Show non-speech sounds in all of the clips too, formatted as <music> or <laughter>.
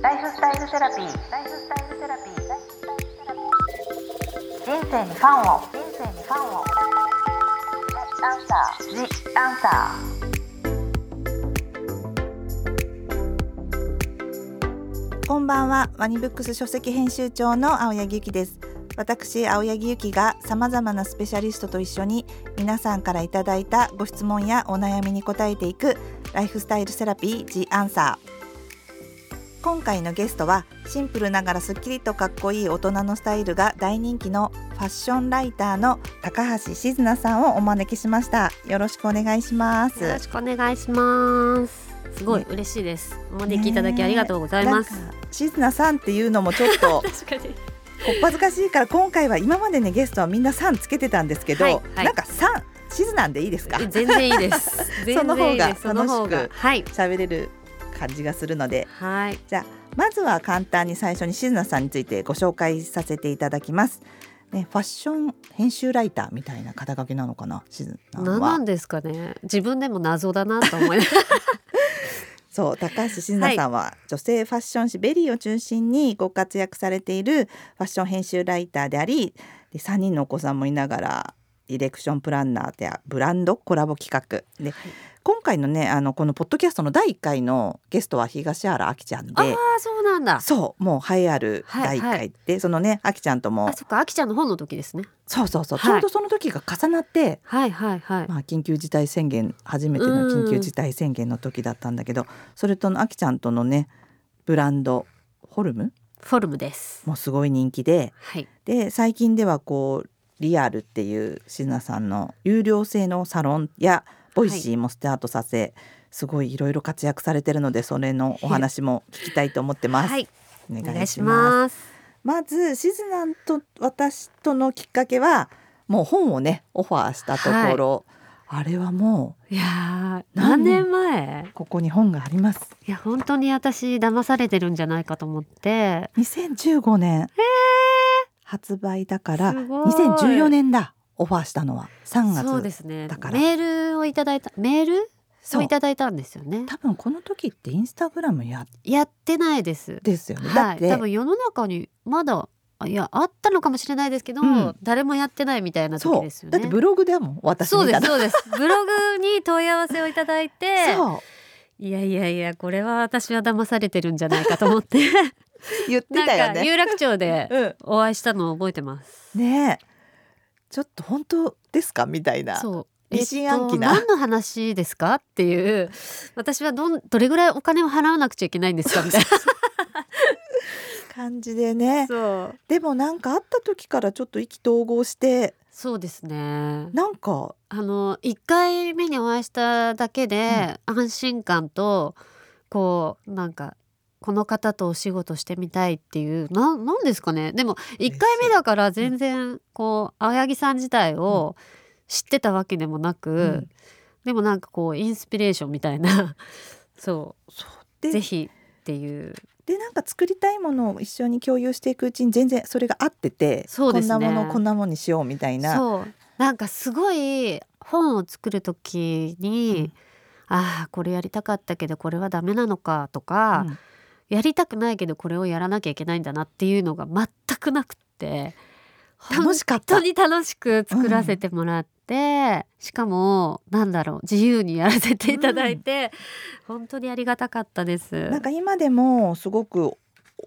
ライフスタイルセラピー。ライフスタイルセラピー。ライフスタイルセラピー人生にファンを。人生にファンを。アンサー。ジアンサー。こんばんは、ワニブックス書籍編集長の青柳ゆきです。私、青柳ゆきが様々なスペシャリストと一緒に皆さんからいただいたご質問やお悩みに答えていくライフスタイルセラピー The Answer。今回のゲストはシンプルながらすっきりとかっこいい大人のスタイルが大人気のファッションライターの高橋静奈さんをお招きしました。よろしくお願いします。よろしくお願いします。すごいね嬉しいです。お招きいただきありがとうございます。なんか静奈さんっていうのもちょっと。確かに。こっぱずかしいから今回は今までねゲストはみんなさんつけてたんですけど、はいはいなんかさんしずなんでいいですかえ全然いいです。 <laughs> そ全の然方いいがです。その方楽がしくはい喋れる感じがするのではいまずは簡単に最初にしずなさんについてご紹介させていただきます。ね、ファッション編集ライターみたいな肩書きなのかなしずな何はなんですかね。自分でも謎だなと思います。 <laughs> そう高橋しずなさんは女性ファッション誌「ベリー」を中心にご活躍されているファッション編集ライターでありで3人のお子さんもいながらディレクションプランナーやブランドコラボ企画で、今回のねあのこのポッドキャストの第1回のゲストは東原あきちゃんああでそうなんだ。そうもう栄えあるは第い1はい回で、そのねあきちゃんともあそっかあきちゃんの本の時ですね。そうそうそう、はいちょうどその時が重なってはいはいはい。まあ、緊急事態宣言初めての緊急事態宣言の時だったんだけど、それとのあきちゃんとのねブランドホルムフォルムです。もすごい人気ではいで最近ではこうリアルっていうしずなさんの有料制のサロンやボイシーもスタートさせ、すごいいろいろ活躍されてるのでそれのお話も聞きたいと思ってます。はいおお願願いいししますます。まずしずなと私とのきっかけはもう本をねオファーしたところ、あれはもういやー何何年前？ここに本があります。いや本当に私騙されてるんじゃないかと思って。 2015年発売だからすごい2014年だオファーしたのは3月そうですねだからメールをいただいたメールそうをいただいたんですよね多分この時ってインスタグラムやっやってないですですよね、だはっいて多分世の中にまだあいやあったのかもしれないですけど、うん誰もやってないみたいなそ時うですよだねってブログだもん私そうみでたいすなそうですブログに問い合わせをいただいてそういやいやいやこれは私は騙されてるんじゃないかと思って <laughs> 言ってたなよんかね有楽町でうお会いしたのを覚えてますんねえちょっと本当ですかみたいなそう疑心暗鬼なえっと何の話ですかっていう私はどんどれぐらいお金を払わなくちゃいけないんですかみたい感じでな <laughs> ねそうでもなんかあった時からちょっと意気投合してそうですねなんかあの1回目にお会いしただけで安心感とこうなんかこの方とお仕事してみたいっていうななんですかねでも1回目だから全然こう青柳さん自体を知ってたわけでもなく、んでもなんかこうインスピレーションみたいな <laughs> そそううでぜひっていうでなんか作りたいものを一緒に共有していくうちに全然それが合ってて、そこうでんすなねものをこんなものにしようみたいなそうなんかすごい本を作る時に、ああこれやりたかったけどこれはダメなのかとか、うんやりたくないけどこれをやらなきゃいけないんだなっていうのが全くなくって楽しかった本当に楽しく作らせてもらって、しかもなんだろう自由にやらせていただいて、本当にありがたかったです。なんか今でもすごくお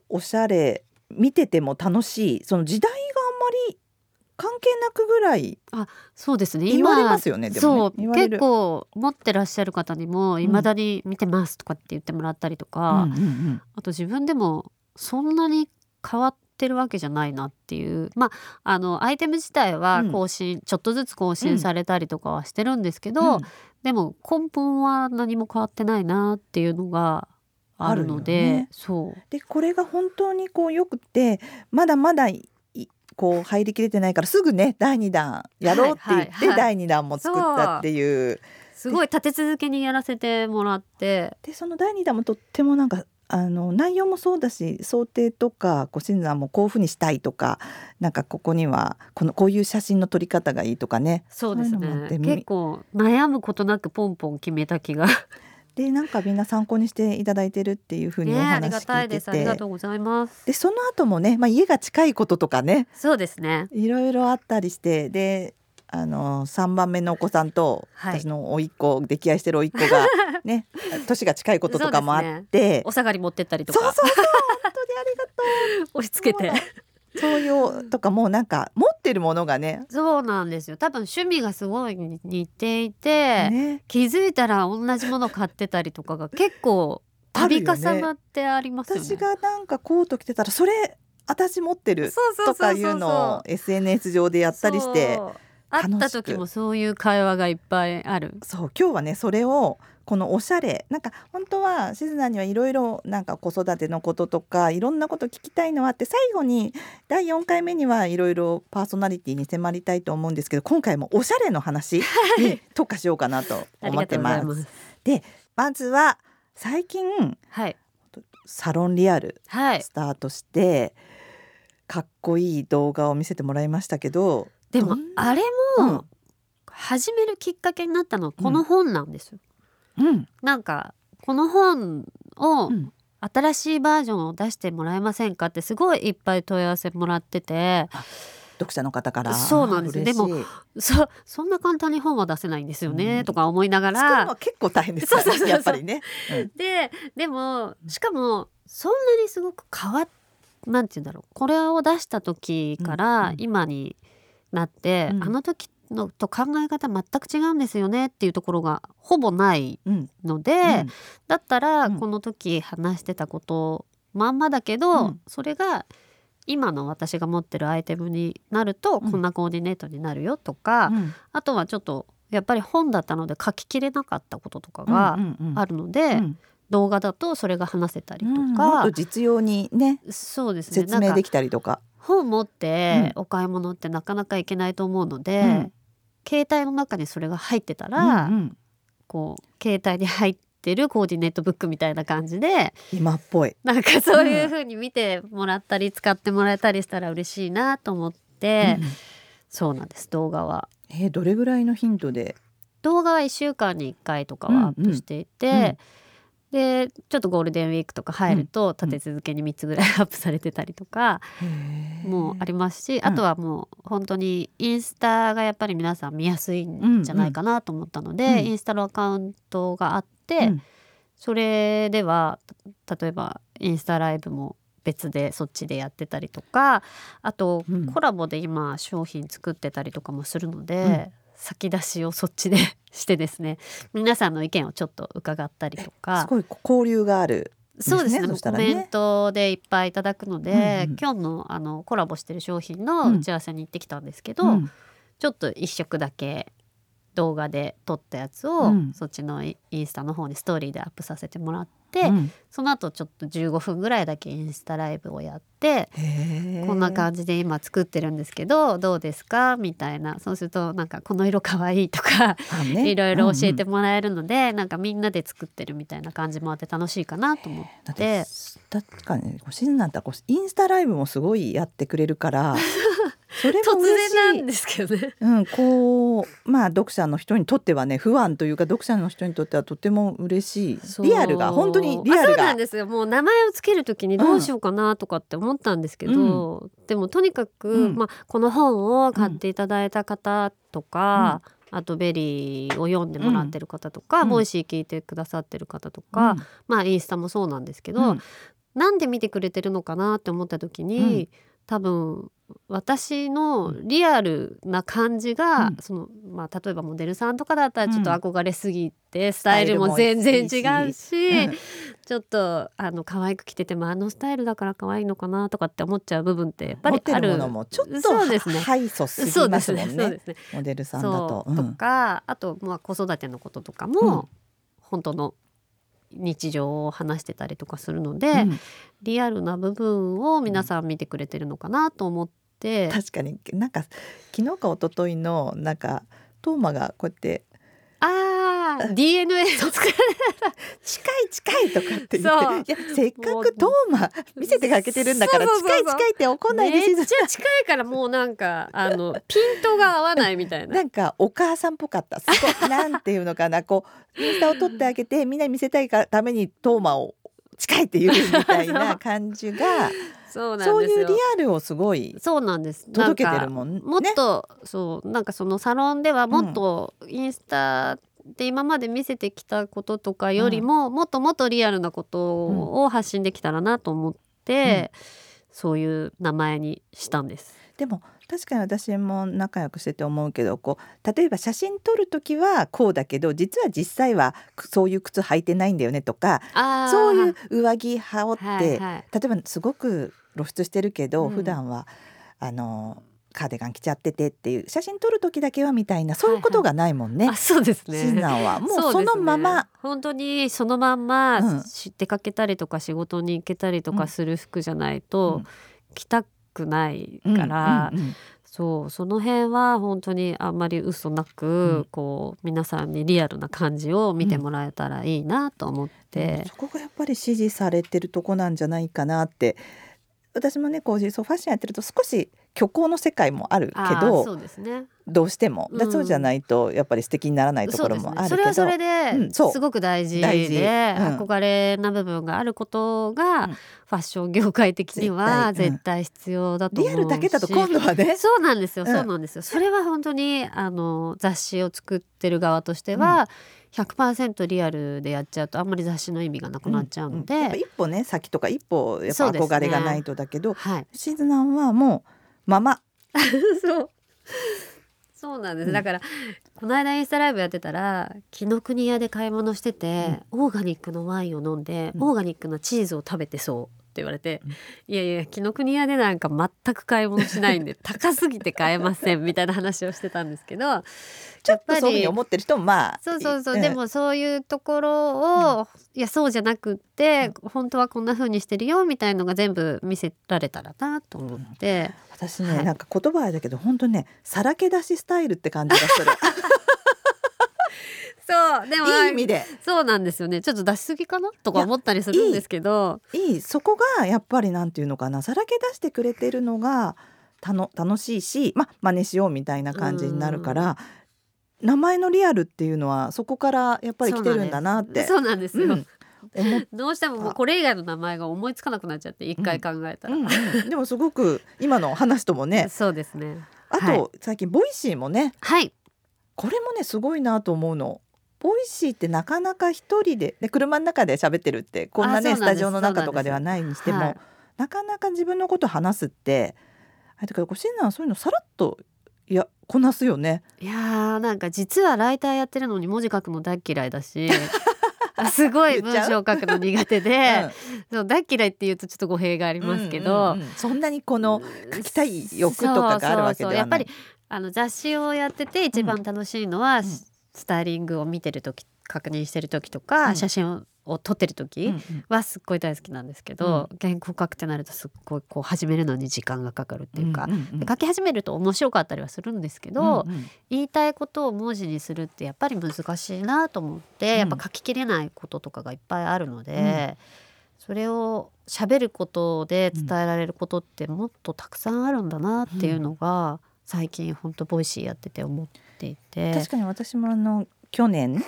おしゃれ見てても楽しいその時代があんまり関係なくぐらいそうですね言今われますよねでもねそう言われ結る構持ってらっしゃる方にもいまだに見てますとかって言ってもらったりとか、うんうんうんあと自分でもそんなに変わってるわけじゃないなっていうまああのアイテム自体はうん更新、ちょっとずつ更新されたりとかはしてるんですけど、うんでも根本は何も変わってないなっていうのがあるのであるよねそうでこれが本当にこうよくてまだまだいこう入りきれてないからすぐね第2弾やろうって言って、はいはいはい第2弾も作ったっていうすごい立て続けにやらせてもらってでその第2弾もとってもなんかあの内容もそうだし想定とかこう新山もこういうふうにしたいとかなんかここにはこのこういう写真の撮り方がいいとかねそうですそういうのもあっねてみ <laughs> 結構悩むことなくポンポン決めた気がでなんかみんな参考にしていただいてるっていうふうにおねあり話が聞たいいでてすありて、がとうございますでその後もね、まあ、家が近いこととかねそうですねいろいろあったりしてであの3番目のお子さんとはい私の甥っ子、溺愛してる甥っ子 <laughs> がね年が近いこととかもあってお下がり持ってったりとそう,、そうかそう本当にありがと <laughs> 押し付けてうそういうとかもうなんか持ってるものがねそうなんですよ多分趣味がすごい似ていて、ね気づいたら同じもの買ってたりとかが結構度重なってありますよね私がなんかコート着てたらそれ私持ってるそうそうそとかうそういうのを SNS 上でやったりしてそう会った時もそういう会話がいっぱいあるそう今日はねそれをこのおしゃれなんか本当は静奈にはいろいろなんか子育てのこととかいろんなこと聞きたいのはあって最後に第4回目にはいろいろパーソナリティに迫りたいと思うんですけど今回もおしゃれの話に特化しようかなとあり思っがとてうござまいす。まますずは最近はいサロンリアルはいスタートして、かっこいい動画を見せてもらいましたけどでもどんなあれうもん始めるきっかけになったのはこの本なんですよ、うんなんかこの本をうん新しいバージョンを出してもらえませんかってすごいいっぱい問い合わせもらってて読者の方からそうなんですよ嬉しいでもそそんな簡単に本は出せないんですよね、うんとか思いなが作るのらは結構大変ですからねそうそうそうそうやっぱりね。うんででもしかもそんなにすごく変わっなんて言うんだろうこれを出した時かうんうらん今になって、うんあの時のと考え方全く違うんですよねっていうところがほぼないうんので、うんだったらうんこの時話してたことまんまだけうど、んそれが今の私が持ってるアイテムになるとうんこんなコーディネートになるよとか、うんあとはちょっとやっぱり本だったので書ききれなかったこととかがあるるので、うん動画だとそれが話せたりとうんもっか、と実用にねそうですね説な明んでかきたりとか。本持ってお買い物ってなかなか行けないと思うので、うん携帯の中にそれが入ってたら、うんうんこう携帯に入ってるコーディネートブックみたいな感じで今っぽい。なんかそういう風に見てもらったり使ってもらえたりしたら嬉しいなと思って、うんそうなんです動画はえーどれぐらいの頻度で。動画は1週間に1回とかはアップしていて、うんうんでちょっとゴールデンウィークとか入ると立て続けに3つぐらいアップされてたりとかもうありますんし、あとはもう本当にインスタがやっぱり皆さん見やすいんじゃないかなと思ったので、うんうんインスタのアカウントがあって、うんそれではた例えばインスタライブも別でそっちでやってたりとかあとうんコラボで今商品作ってたりとかもするので、うん先出しをそっちで <laughs> してですね皆さんの意見をちょっと伺ったりとすかごい交流がある。そうですですねねそしたコらねメントでいっぱいいただくので、うんうん今日のあのコラボしてる商品の打ち合わせに行ってきたんですけど、うんちょっと一色だけ動画で撮ったやつを、うんそっちのイインスタの方にストーリーでアップさせてもらって、うんその後ちょっと15分ぐらいだけインスタライブをやって、へーこんな感じで今作ってるんですけどどうですかみたいなそうするとなんかこの色かわいいとか、あねいろいろ教えてうんもらえるので、なんかみんなで作ってるみたいな感じもあって楽しいかなとう思んだっってて。確かにこう静奈ってこうインスタライブもすごいやってくれるから <laughs> それ突も嬉しい然なんですけどね。うん、こうまあ読者の人にとってはね不安というか読者の人にとってはとても嬉しいリアルが本当にリアあそルうながんですよもう名前をつけるときにどうしようかなとかって思ったんですけど、でもとにかく、うんまあ、この本を買っていただいた方とか、あとベリーを読んでもらってる方とか、うんボイシー聞いてくださってる方とか、まあインスタもそうなんですけど、うんなんで見てくれてるのかなって思った時に、多分私のリアルな感じが、うんそのまあ、例えばモデルさんとかだったらちょっとうん憧れすぎて、スタイルも全然違うし、うんちょっとあの可愛く着ててもあのスタイルだから可愛いのかなとかって思っちゃう部分ってやっぱ持りってあるるものもちょっとそうですね敗訴すそうぎでますすねもそんうでねすねモデルさんだとそう、うんとかあとまあ子育てのこととかも、うん本当の日常を話してたりとかするので、うんリアルな部分を皆さん見てくれてるのかなと思って、確かになんか昨日か一昨日のなんかトーマがこうやってあな DNA を作ら近い近いとかって言そうっていやせっかくトーマ見せてかけてるんだからそうそうそ近うそいう近いって怒んないでめしっちゃ近いからもうなんかあのピントが合わないみたいななんかお母さんっぽかったすごいなんていうのかなこうインスタを撮ってあげてみんなに見せたいがためにトーマを近いって言うみたいそなう感じがそうなんですよそういうリアルをすごいそうなんです届けてなるんかもんね。もっと、そうなんかそのサロンではもっとインスタで今まで見せてきたこととかよりも、もっともっとリアルなことを発信できたらなと思って、そういう名前にしたんです。でも確かに私も仲良くしてて思うけどこう例えば写真撮る時はこうだけど実は実際はそういう靴履いてないんだよねとかあーそういう上着羽織って、はいはい例えばすごく露出してるけど、うん普段はあのカーディガン着ちゃっててっていう写真撮る時だけはみたいなそういうことがないもんね。あそうですね。シンナーはもうそそうですのねまま、本当にそのまんま、うんし出かけたりとか仕事に行けたりとうかんする服じゃないうと、ん着たくないうんから、うんうんそうその辺は本当にあんまり嘘なく、うんこう皆さんにリアルな感じを見てもらえたらいいなと思っでもて、そこがやっぱり支持されてるとこなんじゃないかなって私もねこうそうファッションやってると少し虚構の世界もあるあーけどそうですねどうしても、だうんそうじゃないとやっぱり素敵にならないところもあるけどそうですね、それはそれうでんそうすごく大事で、大事うん憧れな部分があることが、うんファッション業界的には絶対うん絶対必要だとリア思うしルだけだと今度はねそうなんですよ、うんそうなんですよそれは本当にあの雑誌を作ってる側としては、100%リアルでやっちゃうとあんまり雑誌の意味がなくなっちゃうので、んんやっぱ一歩ね先とか一歩やっぱそうですね憧れがないとだけど、はいシーズナンはもうまま <laughs> そうそうなんです、うんだからこの間インスタライブやってたら紀ノ国屋で買い物してて、オーガニックのワインを飲んで、うんオーガニックなチーズを食べてそうって言われて、うんいやいや紀ノ国屋でなんか全く買い物しない <laughs> んで高すぎて買えませんみたいな話をしてたんですけどちょっとやっぱりそういうふうに思ってる人もまあそうそうそう、んでもそういうところを、いやそうじゃなくって、本当はこんな風にしてるよみたいのが全部見せられたらなと思って、私ね、はいなんか言葉はあれだけど本当ねさらけ出しスタイルって感じがす <laughs> るそうでもいい意味でそうなんですよねちょっと出しすぎかなとか思ったりするんですけどいいそこがやっぱりなんていうのかなさらけ出してくれてるのがたの楽しいしま真似しようみたいな感じになるから名前のリアルっていうのはそこからやっぱり来てるんだなってそうなんですよ、うん思っどうしてももうこれ以外の名前が思いつかなくなっちゃって一回考えた、たら、うんうんでもすごく今の話ともねそうですねあと、はい最近ボイシーもねはいこれもねすごいなと思うの。ボイシーってなかなか一人でで車の中で喋ってるってこんなねあそうスなんタですジオの中とかではないにしてもな,、はいかなか自分のこと話すってあれだけどご主人はそういうのさらっといやこなすよね。いやーなんか実はライターやってるのに文字書くの大嫌いだし <laughs> あすごい言文っちゃう章書くの苦手で、うん <laughs> そう大嫌いって言うとちょっと語弊がありますけど、うんうんうんそんなにこの書きたい欲とかがあるわけではそうそうそうやっぱなりい。あの雑誌をやってて一番楽しいのは、んススタイリングを見てる時確認してる時とか、うん写真を撮ってる時、うんうんはすっごい大好きなんですけど、原稿書くってなるとすっごいこう始めるのに時間がかかるっていうか、んんんで書き始めると面白かったりはするんですけど、うんうん言いたいことを文字にするってやっぱり難しいなと思って、うんやっぱ書ききれないこととかがいっぱいあるので、それを喋ることで伝えられることってもっとたくさんあるんだなっていうのが、最近本当ボイシーやってて思っていて。確かに私もあの去年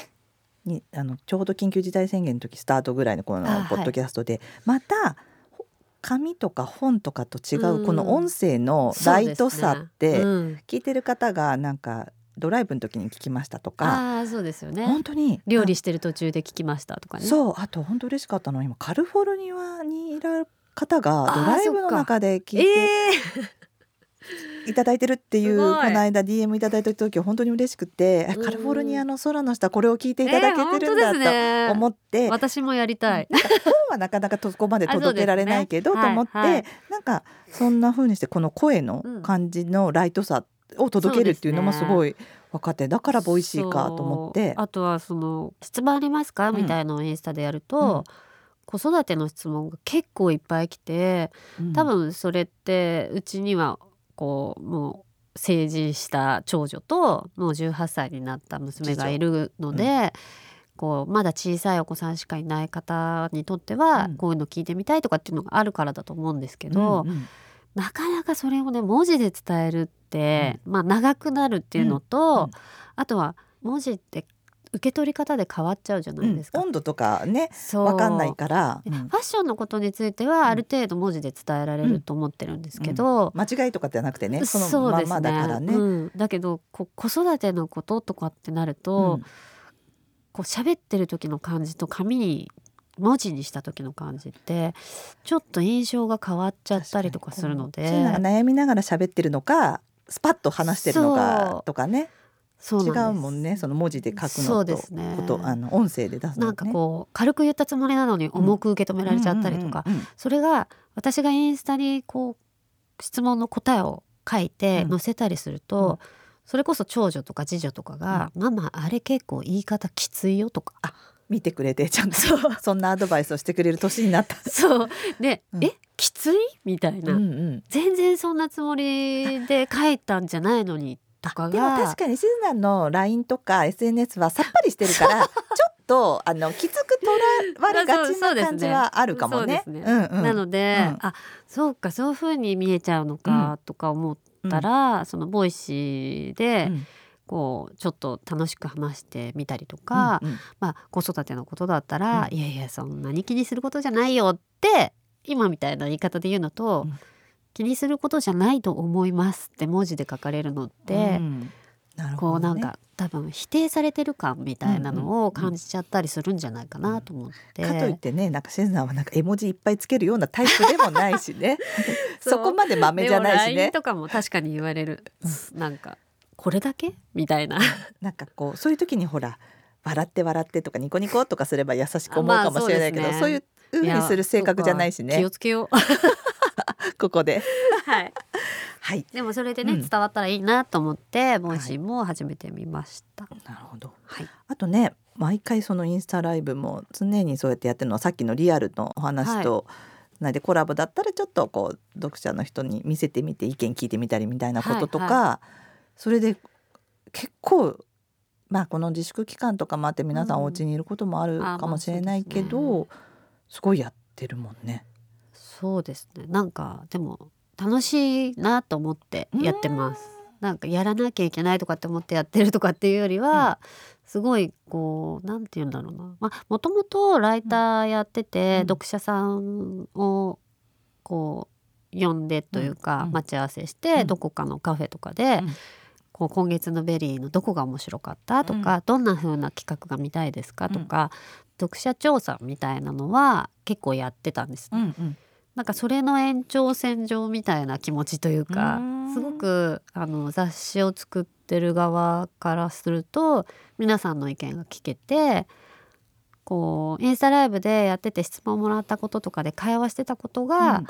にあのちょうど緊急事態宣言の時スタートぐらいのこのあはいポッドキャストで、またほ紙とか本とかと違ううんこの音声のライトさってそうですねうん聞いてる方がなんかドライブの時に聞きましたとか、ああそうですよね本。当に料理してる途中で聞きましたとかあね。そうあと本当嬉しかったのは今カリフォルニアにいる方がドライブの中で聞いてええいただいてるっていうすこごいの間 DM いただいた時本当に嬉しくてあカリフォルニアの空の下これを聞いていただけてるんだとと思って本私もやりたい。はなかなかそこまであそう届ですねけられないけど、と思って、はいはいなんかそんな風にしてこの声のうん感じのライトさを届けるっていうのもすごい分かってだからボイシーかと思ってそうあとはその質問ありますかうんみたいのをインスタでやると、子育ての質問が結構いっぱい来て、うん多分それってうちにはこうもう成人した長女ともう18歳になった娘がいるので、こうまだ小さいお子さんしかいない方にとっては、うんこういうの聞いてみたいとかっていうのがあるからだと思うんですけど、うんうんなかなかそれをね文字で伝えるって、まあ長くなるっていうのと、うんうんあとは文字って受け取り方で変わっちゃうじゃないですか。温度とかねそうわかんないから、でうフんァッションのことについてはある程度文字で伝えられると思ってるんですけど、間違いとかじゃなくてねそのそうまでんすまだからね。うん、だけどこ子育てのこととかってなると、うんこう喋ってる時の感じと紙に文字にした時の感じってちょっと印象が変わっちゃったりとかするの確でかにそういうのが悩みながら喋ってるのかスパッと話してるのそかうとかねそ違なですうもんねその文字で書くそのとうでこすねと、あの音声で出すのとねなんかこう軽く言ったつもりなのに重く受け止められちゃったりとか、うんうんうんそれが私がインスタにこう質問の答えを書いてうん載せたりすると、うんそれこそ長女とか次女とかが「ママあれ結構言い方きついよ」と <laughs> か見てくれてちゃんとそんなアドバイスをしてくれる年になった。そうで「うんえきつい?」みたいな、うんうん全然そんなつもりで書いたんじゃないのにとかがでも確かにシズナの LINE とか SNS はさっぱりしてるからちょっとあのきつくとらわれがち <laughs> そうそなうですね感じはあるかもね。そうですねうんうんなので、うんあそうかそういう風に見えちゃうのかとか思ったら、そのボイシーで、うんこうちょっと楽しく話してみたりとか、うんうんまあ、子育てのことだったら、ういやいやそんなに気にすることじゃないよって今みたいな言い方で言うのと、うん気にすることじゃないと思いますって文字で書かれるのって、うんなるほこうどねなんか多分否定されてる感みたいなのを感じちゃったりするんじゃないかなと思って。かといってねなんかシズナはなんか絵文字いっぱいつけるようなタイプでもないしね <laughs> そうそこまで豆じゃないしでも LINE ねとかも確かに言われる、なんかこれだけみた <laughs> いななんかこうそういう時にほら笑って笑ってとかニコニコとかすれば優しく思うかもしれないけど、まあそそううでいうすふうにする性格じゃないしや気ねをつけよここでう、はい、はいでもそれでね、うん伝わったらいいなと思ってボイシーも始めてみました、なるほどはいあとね毎回そのインスタライブも常にそうやってやってるのはさっきのリアルのお話と、なんでコラボだったらちょっとこう読者の人に見せてみて意見聞いてみたりみたいなこととか、はいそれで結構まあこの自粛期間とかもあって皆さうんんお家にいることもあるあーかまあもしれないけど、そすごいやってるもんね。そうですねなんかでも楽しいなと思ってやってますなんかやらなきゃいけないとかって思ってやってるとかっていうよりは、すごいこうなんて言うんだろうなまあもともとライターやってて、うん読者さんをこう呼んでというか、うん待ち合わせして、うんどこかのカフェとかうで、んこう今月のベリーのどこが面白かったとか、どんな風な企画が見たいですかとか、読者調査みたいなのは結構やってたんですね、うんなんかそれの延長線上みたいな気持ちというかうーんすごくあの雑誌を作ってる側からすると皆さんの意見が聞けてこうインスタライブでやってて質問もらったこととかで会話してたことが、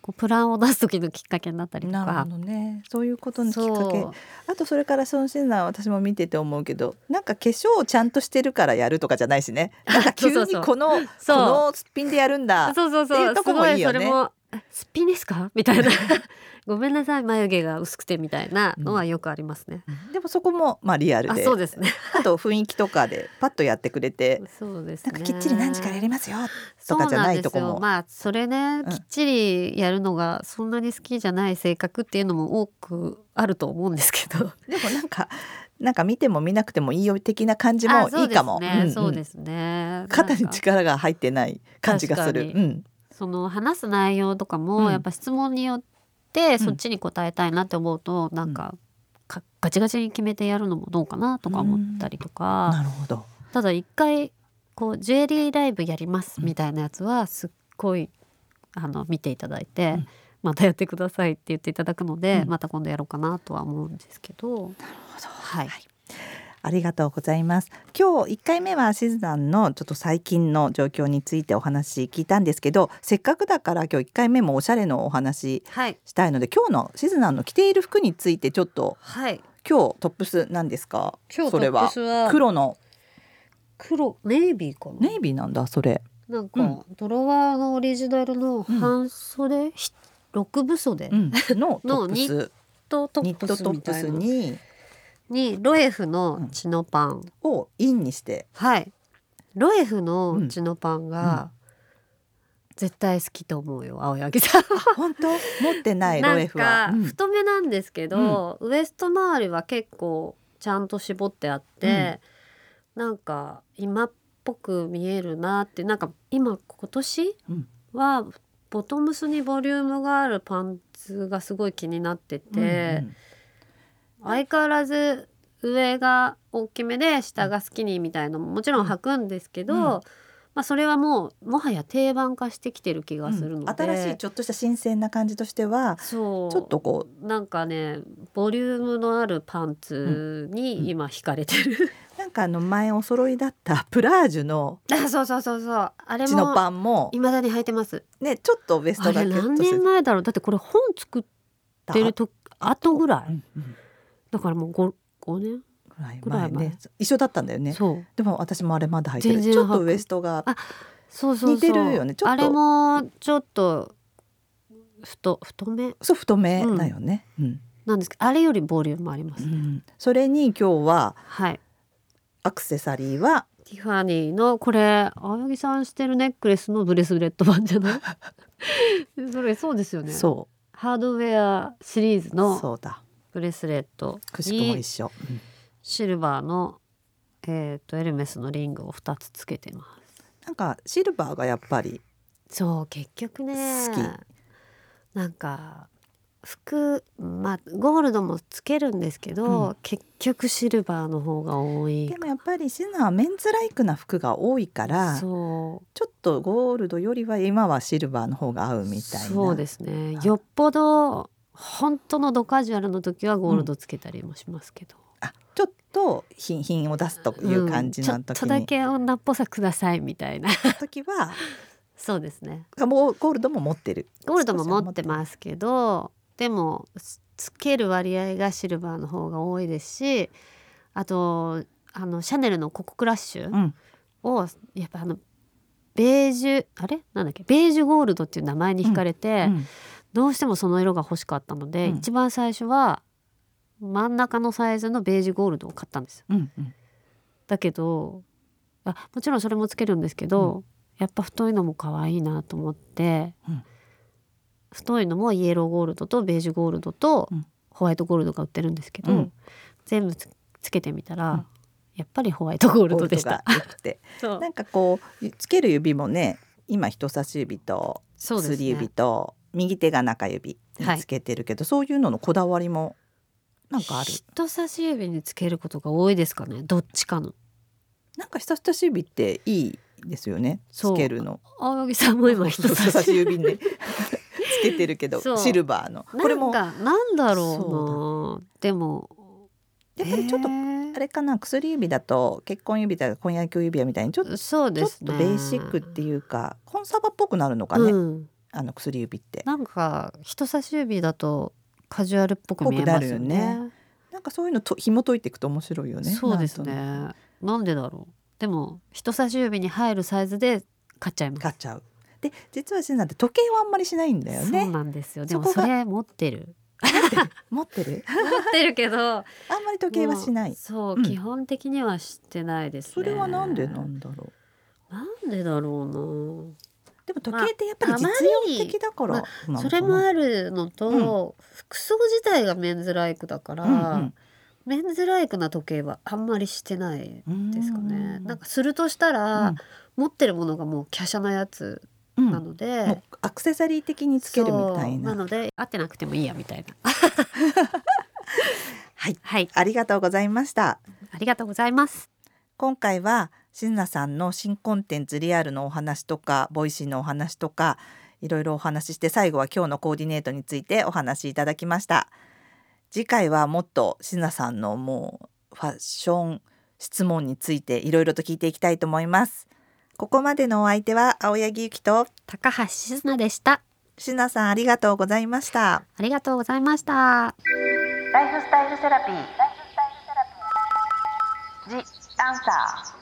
こうプランを出す時のきっかけになったりとなるかほ。どねそういうことのきっかけそうあとそれからそのシーンは私も見てて思うけどなんか化粧をちゃんとしてるからやるとかじゃないしねなんか急そうにそうこのそうこのすっぴんでやるんだそうそうってそいううとすこごもいいいそよれねもえ「すっぴんですか?」 <laughs> みたいな「ごめんなさい眉毛が薄くて」みたいなのはよくありますね。でもそこもまあリアルあでそうですね。あと雰囲気とかでパッとやってくれてそうですなね。んかきっちり何時からやりますよとかじゃないとこもそうなんですよまあそれね、うんきっちりやるのがそんなに好きじゃない性格っていうのも多くあると思うんですけ <laughs> ど。でもなんかなんか見ても見なくてもいいよ的な感じあもそいういですかも、ねうんうんそうですね。肩なにんか力が入ってない感じがする確、かうにん、その話す内容とかうもんやっぱ質問によってそっちに答えたいなって思うと、なんかかガチガチに決めてやるのもどうかなとか思ったりとか。なるほどただ一回こうジュエリーライブやりますみたいなやつはすっごいあの見ていただいて、うんまたやってくださいって言っていただくので、うんまた今度やろうかなとは思うんですけど。はい、ありがとうございます。今日1回目はシズナンのちょっと最近の状況についてお話聞いたんですけど、せっかくだから今日1回目もおしゃれのお話はいしたいので、今日のシズナンの着ている服についてちょっとはい、今日トップスなんですか？今日それトッはプスは黒の黒ネイビーかな、ネイビーなんだそれ。なんうかドロワーのオリジナルの半袖、ひ六分袖うん、ののトッ <laughs> プス。トトッニップトストみップたいスなににロエフのチノパン、をインにしてはいロエフのチノパンが絶対好きと思うよ青柳さん。本当持ってないなロエんフはか。太めなんですけど、ウエスト周りは結構ちゃんと絞ってあって、なんか今っぽく見えるなってなんか今今年うんはボトムスにボリュームがあるパンツがすごい気になってうんて、うん相変わらず上が大きめで下がスキニーみたいのももちろん履くんですけど、うんまあ、それはもうもはや定番化してきてる気がするので、新しいちょっとした新鮮な感じとしてはそうちょっとこなんかねボリュームのあるパンツに今惹かれてる、うなんかあの前お揃いだった <laughs> プラージュの <laughs> あそうそうそうそうあれチノもパンもいまだに履いてますねちょっとウエスあトがれキュ何ッとし年前だろうだってこれ本作ってるてと後ぐらういんうんだからもう 5, 5年、ぐらいぐら前い前ね一緒だったんだよねそうでも私もあれまだ履いてる全然ちょっ履とくウエストがあそうそうそう似てるよねちょっとあれもちょっと太太めそう太めだよね、うんなんですけどあれよりボリュームあります、うんそれに今日ははいアクセサリーはティファニーのこれ青柳さんしてるネックレスのブレスレット版じ <laughs> ゃないそれそうですよねそハードウェアシリーズうのそうだブレスレットくしくもに一緒、うんシルバーの、えー、とエルメスのリングを2つつけてまなんかシルバーがやっぱりすそう結局ね好きなんか服まあゴールドもつけるんですけど、う結局シルバーの方が多いでもやっぱりシナはメンズライクな服が多いからちょそうっとゴールドよりは今はシルバーの方が合うみたいなそうですすねあよっぽど本当のドカジュアルの時はゴールドつけたりもしますけど、あちょっと品品を出すという感じのうんちょっ時とに、だけ女っぽさくださいみたいな時はそうですねもうゴールドも持ってるゴールドも持ってますけどでもつつける割合がシルバーの方が多いですしあとあのシャネルのココクラッシうュんを、やっぱあのベージュあれなんだっけベージュゴールドっていう名前に惹かれて、うんどうしてもその色が欲しかったので、うん一番最初は真ん中のサイズのベージュゴールドを買ったんですようんうんだけどあもちろんそれもつけるんですけど、やっぱ太いのも可愛いなと思って、うん太いのもイエローゴールドとベージュゴールドとうんホワイトゴールドが売ってるんですけど、うん全部つつけてみたら、うんやっぱりホワイトゴールゴードルでドしたが。良くてそうなんかこうつける指もね今人差し指とそうです薬指ね。と右手が中指につけてるけど、そういうののこだわりもなんかある人差し指につけることが多いですかねどっちかのなんか人差し指っていいですよねそつうけるの青柳さんも今人差し指指ねつけてるけどそうシルバーの <laughs> こなれんもやかなんだろうなでもっぱりちょっとえーあれかな薬指だと結婚指だ婚約指輪みたいにちょっと、そうちょでっすとねベーシックっていうかコンサバっぽくなるのかね、うん、あの薬指ってなんか人差し指だとカジュアルっぽく見えますぽよねくなるよなんかそういうのと紐解いていくと面白いよねそうですねなんとななんでだろうでも人差し指に入るサイズで買っちゃいくます買っちゃうで実はシナって時計はあんまりしないんだよそうねなんですよでもそこそがれ持ってる持ってる持ってるけどあんまり時計はしなもういそう、うん基本的にはしてないですねそれはなんでなんだろうなんでだろうなでも時計ってやっぱり実用的だから、まなあのかなそれもあるのと、服装自体がメンズライクだから、メンズライクな時計はあんまりしてないうんうんですかね。うなんかするとしたら、持ってるものがもう華奢なやつうんなので、もうアクセサリー的につけるみたいそうなので合ってなくてもいいやみたいな。はい <laughs> はい、ありがとうございましたありがとうございます。今回はしんなさんの新コンテンツリアルのお話とかボイシーのお話とかいろいろお話しして最後は今日のコーディネートについてお話しいただきました次回はもっとしんなさんのもうファッション質問についていろいろと聞いていきたいと思いますここまでのお相手は青柳ゆきと高橋静奈でした。しなさんありがとうございましたありがとうございました。ライフスタイルセラピー。ライフスタイルセラピー。The answer.